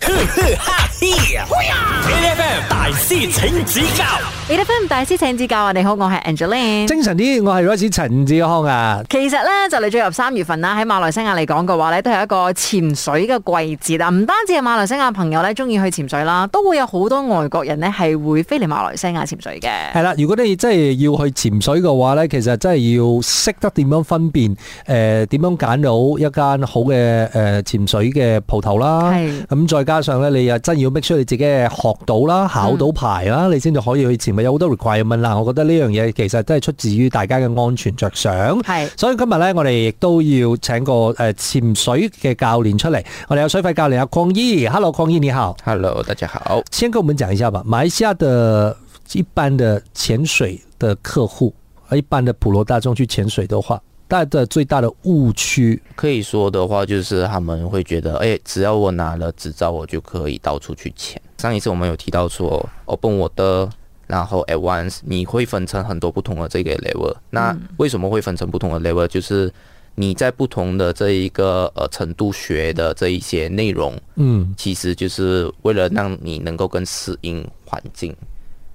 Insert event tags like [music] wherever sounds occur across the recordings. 哈嘿啊！8FM 大師請指教你哋 FM 大師請指教啊！你好，我係 Angeline。精神啲，我係 Royce 陳志康啊！其實咧就嚟進入三月份啦，喺馬來西亞嚟講嘅話咧，都係一個潛水嘅季節啊！唔單止係馬來西亞朋友咧中意去潛水啦，都會有好多外國人咧係會飛嚟馬來西亞潛水嘅。係啦，如果你真係要去潛水嘅話呢，其實真係要識得點樣分辨，诶、呃，点样拣到一間好嘅诶潜水嘅鋪頭啦。係咁再加上呢，你又真要逼出你自己係學到啦、考到牌啦，你先至可以去潛水。有好多 requirement 啦，我覺得呢樣嘢其實都係出自於大家嘅安全着想。係所以今日咧，我哋亦都要請個誒潛水嘅教練出嚟。我哋有水肺教練阿邝一，Hello，邝一你好， Hello，大家好。先跟我們講一下吧。馬來西亞的一般的潛水的客户，一般的普罗大众去潛水的话，大的最大的误区，可以说的话，就是他们会觉得，哎、只要我拿了执照，我就可以到处去潜。上一次我们有提到说，open 我的，然后 at once，你会分成很多不同的这个 level。那为什么会分成不同的 level？就是你在不同的这一个呃程度学的这一些内容，嗯，其实就是为了让你能够更适应环境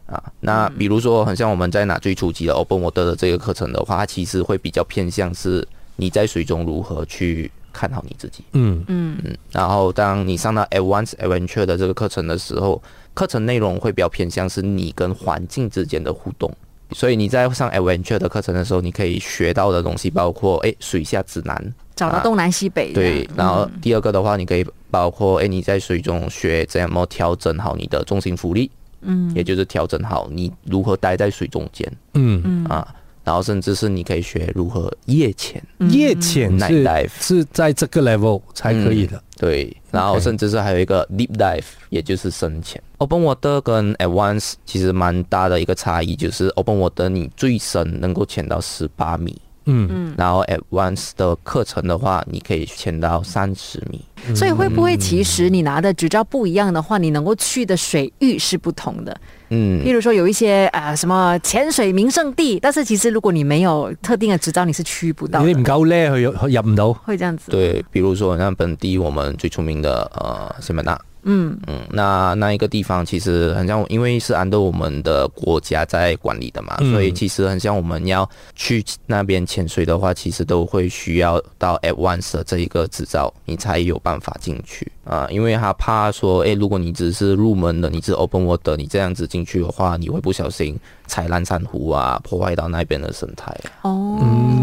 啊。那比如说，很像我们在拿最初级的 Open Water 的这个课程的话，它其实会比较偏向是你在水中如何去看好你自己。嗯嗯，然后当你上到 Advanced Adventure 的这个课程的时候，课程内容会比较偏向是你跟环境之间的互动。所以你在上 Adventure 的课程的时候，你可以学到的东西包括诶水下指南，走到東南西啊北。嗯对，然后第二个的话，你可以包括哎你在水中学怎么调整好你的重心浮力，嗯，也就是调整好你如何待在水中间、嗯，啊，然后甚至是你可以学如何夜潜，嗯夜潜 Night 是 dive 是在这个 level 才可以的。对，然后 OK 甚至是还有一个 deep dive，也就是深潜。Open water 跟 advance 其实蛮大的一个差异，就是 open water 你最深能够潜到十八米，嗯，然后 advance 的课程的话，你可以潜到三十米。所以會不會其實你拿的執照不一樣的話，你能夠去的水域是不同的？嗯，譬如說有一些呃什麼潛水名勝地，但是其實如果你沒有特定的執照，你是去不到你的。唔夠叻，佢佢入唔到。會這樣子。对，比如说像本地我们最出名的呃仙本那，嗯嗯，那那一个地方其实很像，因为是按照我们的国家在管理的嘛，嗯所以其实很像我们要去那边潜水的话，其实都会需要到 advanced 的这一个执照，你才有办法进去啊、因为他怕说，诶，如果你只是入门的，你是 open water，你这样子进去的话，你会不小心踩烂珊瑚啊，破坏到那边的生态啊。哦，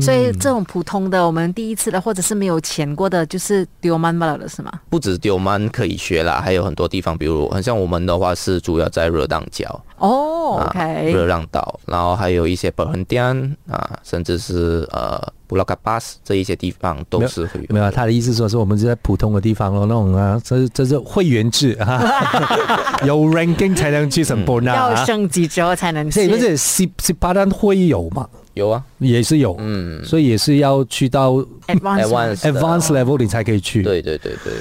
所以这种普通的，我们第一次的或者是没有潜过的，就是丢慢不了的是吗？不止丢曼可以学啦，还有很多地方，比如很像我们的话是主要在热浪礁、哦，OK，热浪岛，然后还有一些本恒甸啊，甚至是呃布拉卡巴斯这一些地方都是会没有。有，他的意思说是我们是在普通的地方咯，那种啊，这这是会员制哈哈，有 ranking 才能去审判嗯要啊。升级之后才能所以那去。是十十八单会有嘛，有啊，也是有，嗯所以也是要去到 Advanced， ，advanced 的 advanced level 你才可以去。，对对对对，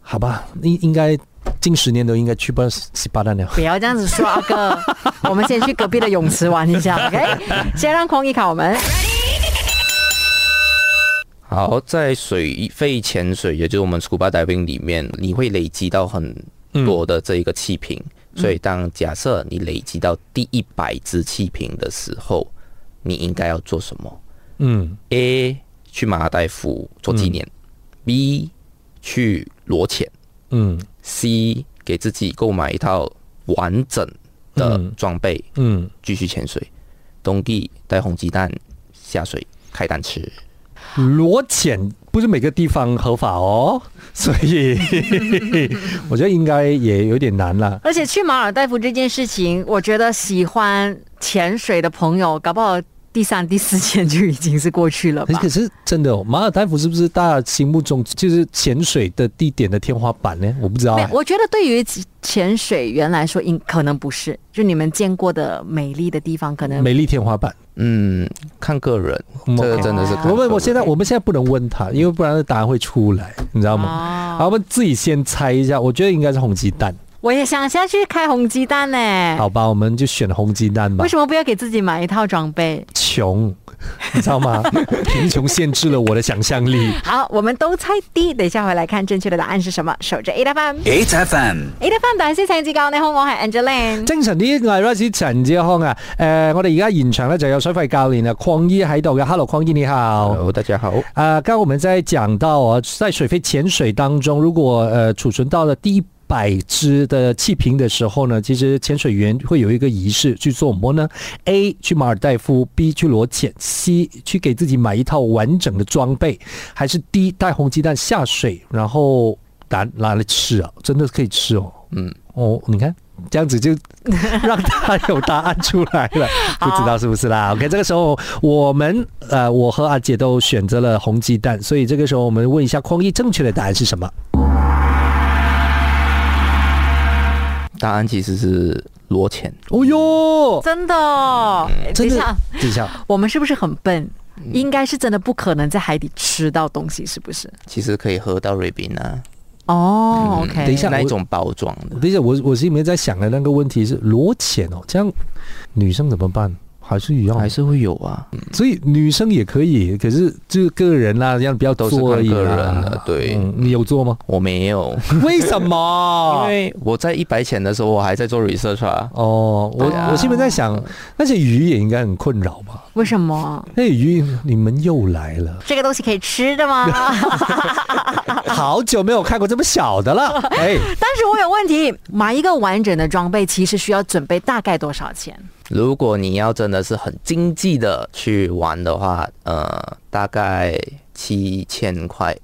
好吧，应应该近十年都应该去不到十八单了。不要这样子说，阿哥，我们先去隔壁的泳池玩一下，OK？先让匡一考我们。好，在水肺潜水，也就是我们 scuba diving 里面，你会累积到很多的这一个气瓶，所以当假设你累积到第一百只气瓶的时候，你应该要做什么？嗯 A 去马尔代夫做纪念、b 去裸潜嗯，C 给自己购买一套完整的嗯装备，嗯，继续潜水。冬季带红鸡蛋下水开蛋吃。裸潜不是每个地方合法哦， [laughs] 所以我觉得应该也有点难了。而且去马尔代夫这件事情，我觉得喜欢潜水的朋友，搞不好第三、第四天就已经是过去了吧可。是真的、哦，马尔代夫是不是大家心目中就是潜水的地点的天花板呢？我不知道、没啊有，。我觉得对于潜水员来说，应可能不是，就你们见过的美丽的地方，可能美丽天花板，嗯，看个人，嗯这个真的是看我个们人我现在我们现在不能问他，因为不然答案会出来，你知道吗？哦好，我们自己先猜一下，我觉得应该是红鸡蛋，我也想下去开红鸡蛋呢。 [laughs] 好吧，我们就选红鸡蛋吧为。什么不要给自己买一套装备？穷，你知道吗？贫穷限制了我的想象力。好，我们都猜 D，等一下回来看正确的答案是什么。守着 A F M，A ，H F M， F M 大師請指教，你好，我係 Angeline。精神啲，我係 r i s e 陳志康啊。誒、我哋而家現場咧就有水費教練啊，邝醫喺度嘅。Hello，邝醫你好。 Hello，大家好。啊，刚刚我们在讲到啊，在水肺潜水当中，如果呃储存到了第一百只的气瓶的时候呢，其实潜水员会有一个仪式去做什么呢？A 去马尔代夫，B 去裸潜，C 去给自己买一套完整的装备，还是 D 带红鸡蛋下水，然后拿拿来吃啊？真的可以吃哦。嗯，哦，你看这样子就 [laughs] 让他有答案出来了，不知道是不是啦？OK，这个时候我们呃，我和阿姐都选择了红鸡蛋，所以这个时候我们问一下匡一正确的答案是什么？答案其实是裸潜。哦哟，真的哦，等真一的下，，等一下，我们是不是很笨？应该是真的不可能在海底吃到东西，是不是？其实可以喝到瑞宾啊，嗯哦，OK、o k 嗯等一下那一我种包装的。等一下，我我心里面在想的那个问题是裸潜哦，这样女生怎么办？还是一样还，是会有啊，所以女生也可以，可是就是个人啦、这样不要都是做而看已啦个人的。对，嗯，你有做吗？我没有，为 [laughs] 什因么？为我在一百潜的时候，我还在做 research 啊。哦，我、对啊我心里面在想，那些鱼也应该很困扰吧？为什么？那些鱼，你们又来了，这个东西可以吃的吗？ [laughs] 好久没有看过这么小的了。哎，但是我有问题，买一个完整的装备其实需要准备大概多少钱？如果你要真的是很经济的去玩的话，呃，大概七千块，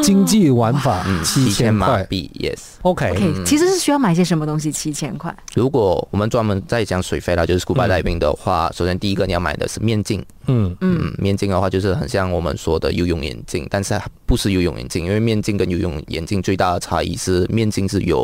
经济玩法嗯，啊七千马块币，yes。 ，OK， OK，其实是需要买些什么东西？七千块。如果我们专门在讲水肺啦，就是 scuba 嗯 diving 的话，首先第一个你要买的是面镜，嗯，嗯，面镜的话就是很像我们说的游泳眼镜，但是它不是游泳眼镜，因为面镜跟游泳眼镜最大的差异是面镜是有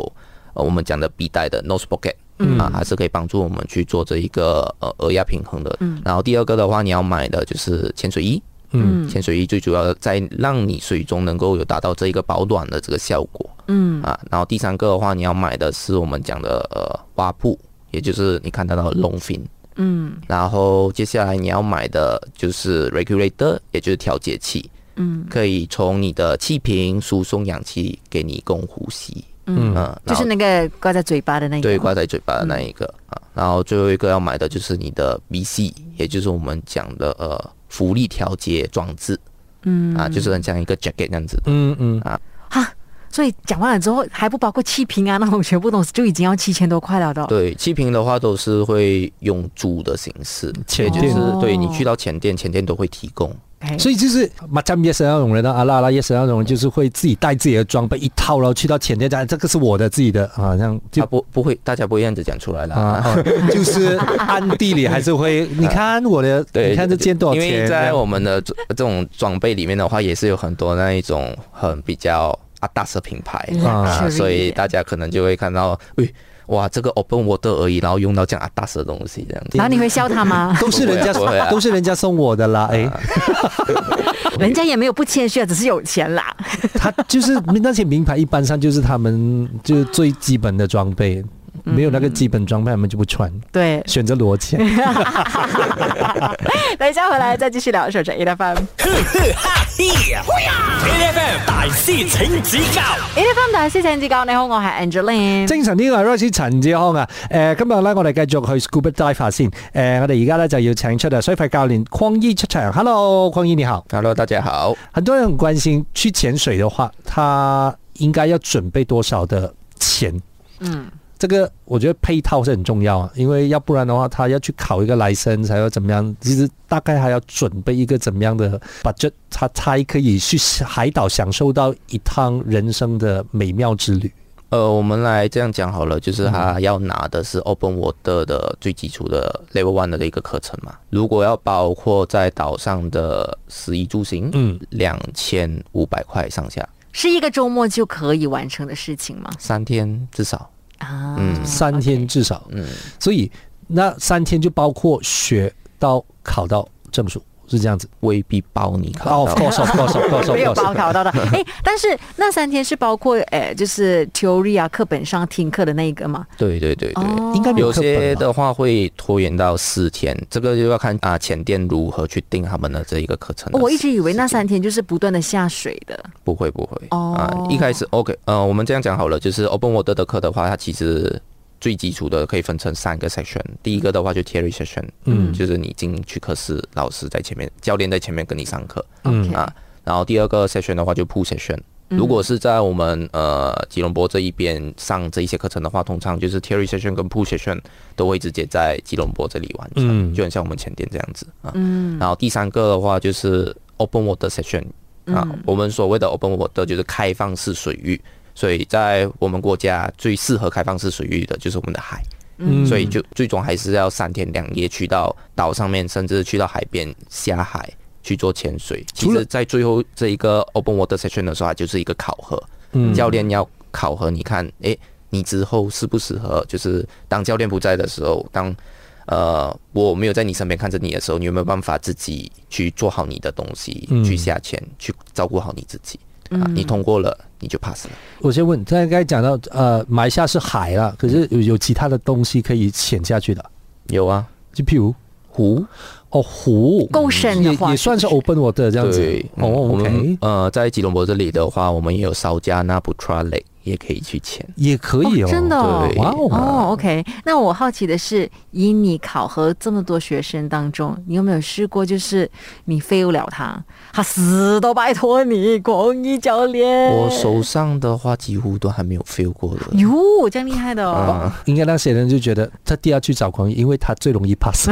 呃我们讲的鼻带的 nose pocket。嗯啊，还是可以帮助我们去做这一个呃额压平衡的。嗯然后第二个的话，你要买的就是潜水衣。嗯潜水衣最主要的在让你水中能够有达到这一个保暖的这个效果。嗯啊，然后第三个的话，你要买的是我们讲的呃蛙布，也就是你看得到的 long fin。嗯然后接下来你要买的就是 regulator，也就是调节器，嗯，可以从你的气瓶输送氧气给你供呼吸。嗯嗯，就是那个挂在嘴巴的那个。对，挂在嘴巴的那一个、嗯啊。然后最后一个要买的就是你的 BC，也就是我们讲的呃浮力调节装置。嗯啊，就是很像一个 jacket 这样子。嗯嗯，哈，所以讲完了之后，还不包括气瓶啊那种全部东西，就已经要七千多块了的。对，气瓶的话都是会用租的形式，前也就店是哦对你去到前店，前店都会提供。哎，所以就是马占耶神那种人呢，阿拉阿拉耶神那种人，就是会自己带自己的装备一套，然后去到潜店讲这个是我的自己的，啊，这样就他不不会，大家不会这样子讲出来啦。啊，哦就是暗地里还是会，你看我的，对，你看这件多少钱？？因为在我们的这这种装备里面的话，也是有很多那一种很比较阿大色品牌啊， Luxury 所以大家可能就会看到，喂，哇，这个 open water 而已，然后用到这样阿啊大色的东西，这样子然后你会笑他吗都是人不会啊不会家啊都是人家送我的啦，哎。人家也没有不谦虚啊，只是有钱啦。他就是那些名牌，一般上就是他们 [laughs] 就是最基本的装备，没有那个基本装备，他们就不穿，对，选择裸潜。等一下回来再继续聊。守着 A F M。 ，A F M 大师请指教 A F M 大師請指教，你好，我係 Angeline。精神呢個係 Royce 陳志康啊！誒、今日咧我哋繼續去 scuba dive 下先。誒、呃我哋而家咧就要請出啊水肺教練匡一出場。Hello，匡一你好。 Hello，大家好。很多人很關心去潛水的話，他應該要準備多少的錢？嗯，這個我覺得配套是很重要啊，因為要不然的話，他要去考一個 license，還要怎麼樣？其實大概還要準備一個怎麼樣的 budget，他才可以去海島享受到一趟人生的美妙之旅。呃，我们来这样讲好了，就是他要拿的是 Open Water 的最基础的 Level One 的一个课程嘛。如果要包括在岛上的食衣住行，嗯，两千五百块上下，是一個周末就可以完成的事情嗎？三天至少。啊，嗯三天 OK。至少。嗯，所以那三天就包括学到考到证书，是这样子。未必包你考哦到。 ，of course，of course，of course，of 没有包 course。考到的。哎，但是那三天是包括诶，就是 theory 啊课本上听课的那一个嘛。对对对对。哦应该没有课些本吧的话会拖延到四天，这个就要看啊前店如何去定他们的这一个课程的时。哦我一直以为那三天就是不断的下水的。不会不会哦啊、一开始 OK，呃，我们这样讲好了，就是 Open Water 的课的话，它其实最基础的可以分成三个 section。第一个的话就 Theory section，嗯就是你进去课室，老师在前面，教练在前面跟你上课。嗯 OK 啊然后第二个 section 的话就 Pool section。如果是在我们呃吉隆坡这一边上这一些课程的话，通常就是 theory session 跟 pool session 都会直接在吉隆坡这里完成，嗯就很像我们前店这样子啊。然后第三个的话就是 open water session 啊，我们所谓的 open water 就是开放式水域，所以在我们国家最适合开放式水域的就是我们的海。嗯所以就最终还是要三天两夜去到岛上面，甚至去到海边下海去做潜水。其除了实，在最后这一个 open water session 的时候，它就是一个考核，嗯教练要考核你看，诶、你之后适不适合？就是当教练不在的时候，当呃我没有在你身边看着你的时候，你有没有办法自己去做好你的东西，嗯去下潜，去照顾好你自己？啊，你通过了，你就 pass 了。我先问，刚才讲到呃，马来西亚是海啦，可是有有其他的东西可以潜下去的，有啊，就譬如湖。哦湖，够深的话也也算是 open water 这样子对，。哦嗯我们，OK，呃，在吉隆坡这里的话，我们也有稍加那布特雷，也可以去潜。也可以哦，真的哦对哇哦，哦，OK。那我好奇的是，以你考核这么多学生当中，你有没有试过就是你 fail 了他，他死都拜托你，广义教练。我手上的话，几乎都还没有 feel 过的。 [laughs] 哟，这样厉害的哦。嗯，应该那些人就觉得他第二去找狂，因为他最容易 [laughs] pass。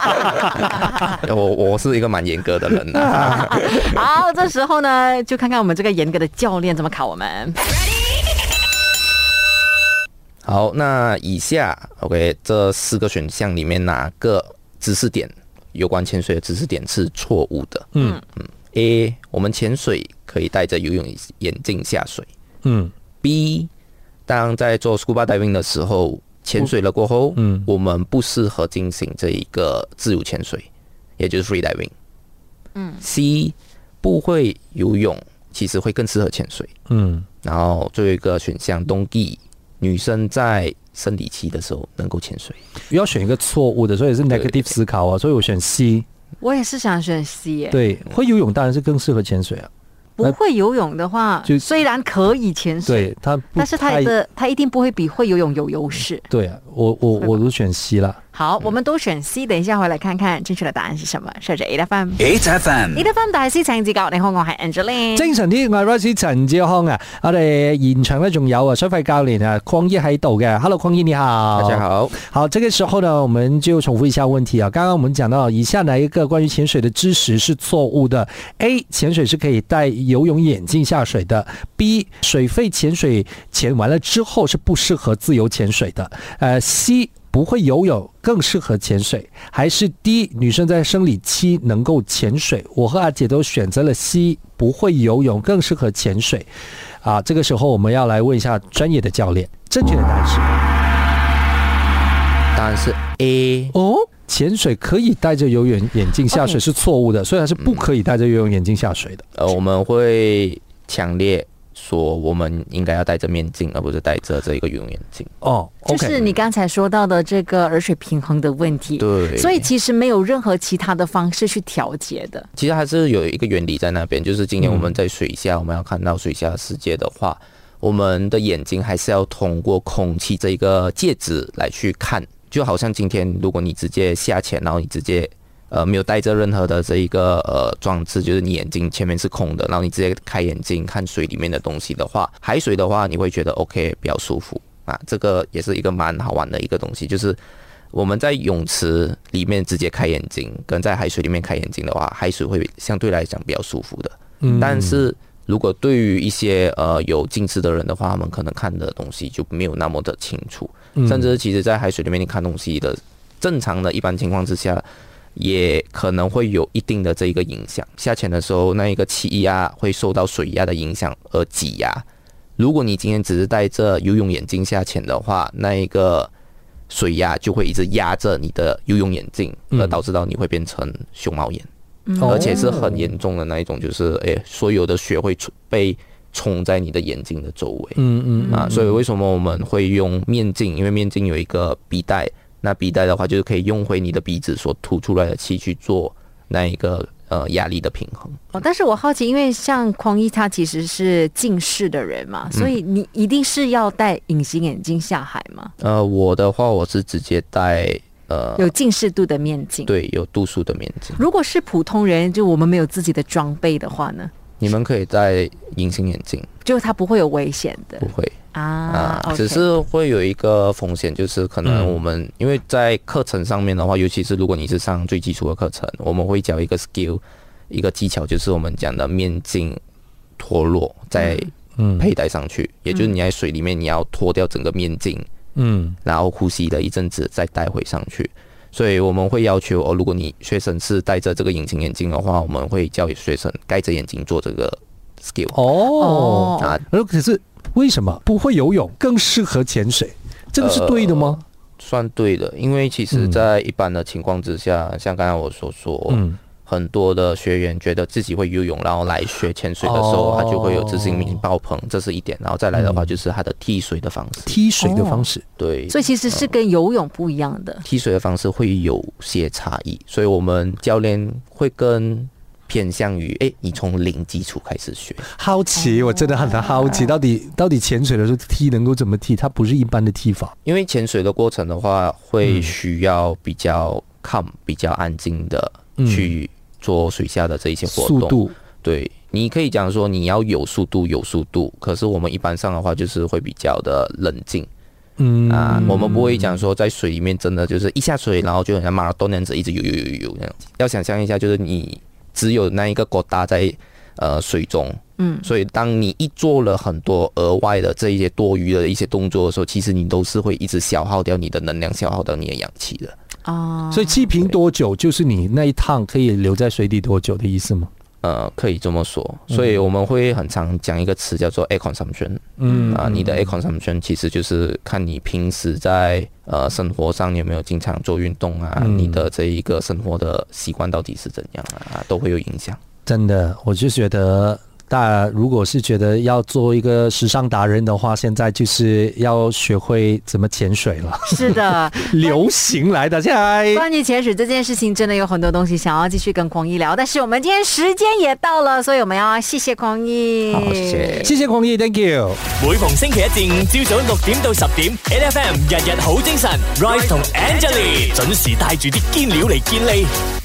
哎我我是一个蛮严格的人啊呐、好，这时候呢，就看看我们这个严格的教练怎么考我们。 [laughs] 好，那以下 OK 这四个选项里面哪个知识点有关潜水的知识点是错误的？嗯嗯，A 我们潜水可以戴着游泳眼镜下水。嗯 B，当在做 scuba diving 的时候，潜水了过后，嗯我们不适合进行这一个自由潜水，也就是 free diving。嗯，C，不会游泳其实会更适合潜水。嗯，然后最后一个选项冬季，女生在生理期的时候能够潜水。要选一个错误的，所以是对 negative 思考啊，所以我选 C。我也是想选 C 耶。对，会游泳当然是更适合潜水啊。不会游泳的话就，虽然可以潜水，对，他不但是他太的他一定不会比会游泳有优势。对啊，我我我都选 C 啦。好，我们都选 C，等一下回来看看正确的答案是什么。设置 A F M。 8FM A F M 大師請指教，你好，我係 Angeline。精神啲，我係 Rice 陳志康啊！我哋現場咧仲有啊，水肺教練啊，邝醫喺度嘅。Hello，邝醫你好。大家。好，好，这个时候呢，我们就重复一下问题啊。刚刚我们讲到以下哪一个关于潜水的知识是错误的？A. 潜水是可以戴游泳眼镜下水的。B. 水肺潜水潜完了之后是不适合自由潜水的。呃，C. 不会游泳更适合潜水，还是 D 女生在生理期能够潜水？我和阿姐都选择了 C，不会游泳更适合潜水。啊，这个时候我们要来问一下专业的教练，正确的答案是。答案是 A。哦，潜水可以戴着游泳眼镜下水是错误的，虽然是不可以戴着游泳眼镜下水的。呃，我们会强烈说我们应该要戴着面镜，而不是戴着这一个游泳眼镜。哦就，OK，是你刚才说到的这个耳水平衡的问题。对所以其实没有任何其他的方式去调节的。其实还是有一个原理在那边，就是今天我们在水下，我们要看到水下世界的话，我们的眼睛还是要通过空气这一个介质来去看。就好像今天，如果你直接下潜，然后你直接呃没有带着任何的这一个呃装置，就是你眼睛前面是空的，然后你直接开眼睛看水里面的东西的话，海水的话你会觉得 OK 比较舒服啊，这个也是一个蛮好玩的一个东西，就是我们在泳池里面直接开眼睛，跟在海水里面开眼睛的话，海水会相对来讲比较舒服的。嗯但是如果对于一些呃有近视的人的话，他们可能看的东西就没有那么的清楚，嗯甚至其实，在海水里面你看东西的正常的一般情况之下。也可能会有一定的这一个影响。下潜的时候，那一个气压会受到水压的影响而挤压。如果你今天只是戴着游泳眼镜下潜的话，那一个水压就会一直压着你的游泳眼镜，而导致到你会变成熊猫眼。哦而且是很严重的那一种，就是诶、所有的血会冲被冲在你的眼睛的周围。嗯嗯啊，所以为什么我们会用面镜？因为面镜有一个鼻带，那鼻带的话就是可以用回你的鼻子所吐出来的气去做那一个呃压力的平衡。哦，但是我好奇，因为像匡一他其实是近视的人嘛，嗯所以你一定是要戴隐形眼镜下海嘛，呃，我的话我是直接戴呃，有近视度的面镜。对，有度数的面镜，如果是普通人，就我们没有自己的装备的话呢，你们可以戴隐形眼镜，就它不会有危险的不会啊。OK 嗯只是会有一个风险，就是可能我们、因为在课程上面的话，尤其是如果你是上最基础的课程，我们会教一个 skill，一个技巧，就是我们讲的面镜脱落再嗯佩戴上去，也嗯就是你在水里面你要脱掉整个面镜，嗯然后呼吸了一阵子再戴回上去。所以我们会要求哦，如果你学生是戴着这个隐形眼镜的话，我们会叫学生盖着眼睛做这个 skill。哦哦啊，而可是为什么不会游泳更适合潜水？这个是对的呃吗？算对的，因为其实，嗯在一般的情况之下，像刚才我所说，嗯，很多的学员觉得自己会游泳，然后来学潜水的时候，哦他就会有自信心爆棚，这是一点。然后再来的话，就是他的踢水的方式，嗯踢水的方哦式，对，所以其实是跟游泳不一样的。踢水的方式会有些差异，所以我们教练会更偏向于，哎，你从零基础开始学。好奇，我真的很好哦奇，到底到底潜水的时候踢能够怎么踢？它不是一般的踢法。因为潜水的过程的话，嗯会需要比较 calm、比较安静的嗯去做水下的这一些活速动。度，对，你可以讲说你要有速度，有速度。可是我们一般上的话，就是会比较的冷静嗯啊、我们不会讲说在水里面真的就是一下水，然后就很像马拉多那样子一直游游游游那样。要想象一下，就是你只有那一个狗搭在呃水中，嗯，所以当你一做了很多额外的这一些多余的一些动作的时候，其实你都是会一直消耗掉你的能量，消耗掉你的氧气的。嗯哦，所以气瓶多久就是你那一趟可以留在水底多久的意思吗？呃，可以这么说，所以我们会很常讲一个词叫做 air consumption。嗯啊，你的 air consumption 其实就是看你平时在呃生活上你有没有经常做运动啊，嗯你的这一个生活的习惯到底是怎样啊，都会有影响。真的，我就觉得。大家如果是觉得要做一个时尚达人的话，现在就是要学会怎么潜水了， [laughs] 是 [laughs] 的。流行来的，现在。关于潜水这件事情，真的有很多东西想要继续跟匡一聊，但是我们今天时间也到了，所以我们要谢谢匡一。好谢谢谢谢狂毅，Thank you。每逢星期一至五朝早六點到十點 n F M 日日好精神，Rise 同 Angelie 準時帶住啲堅料嚟健利。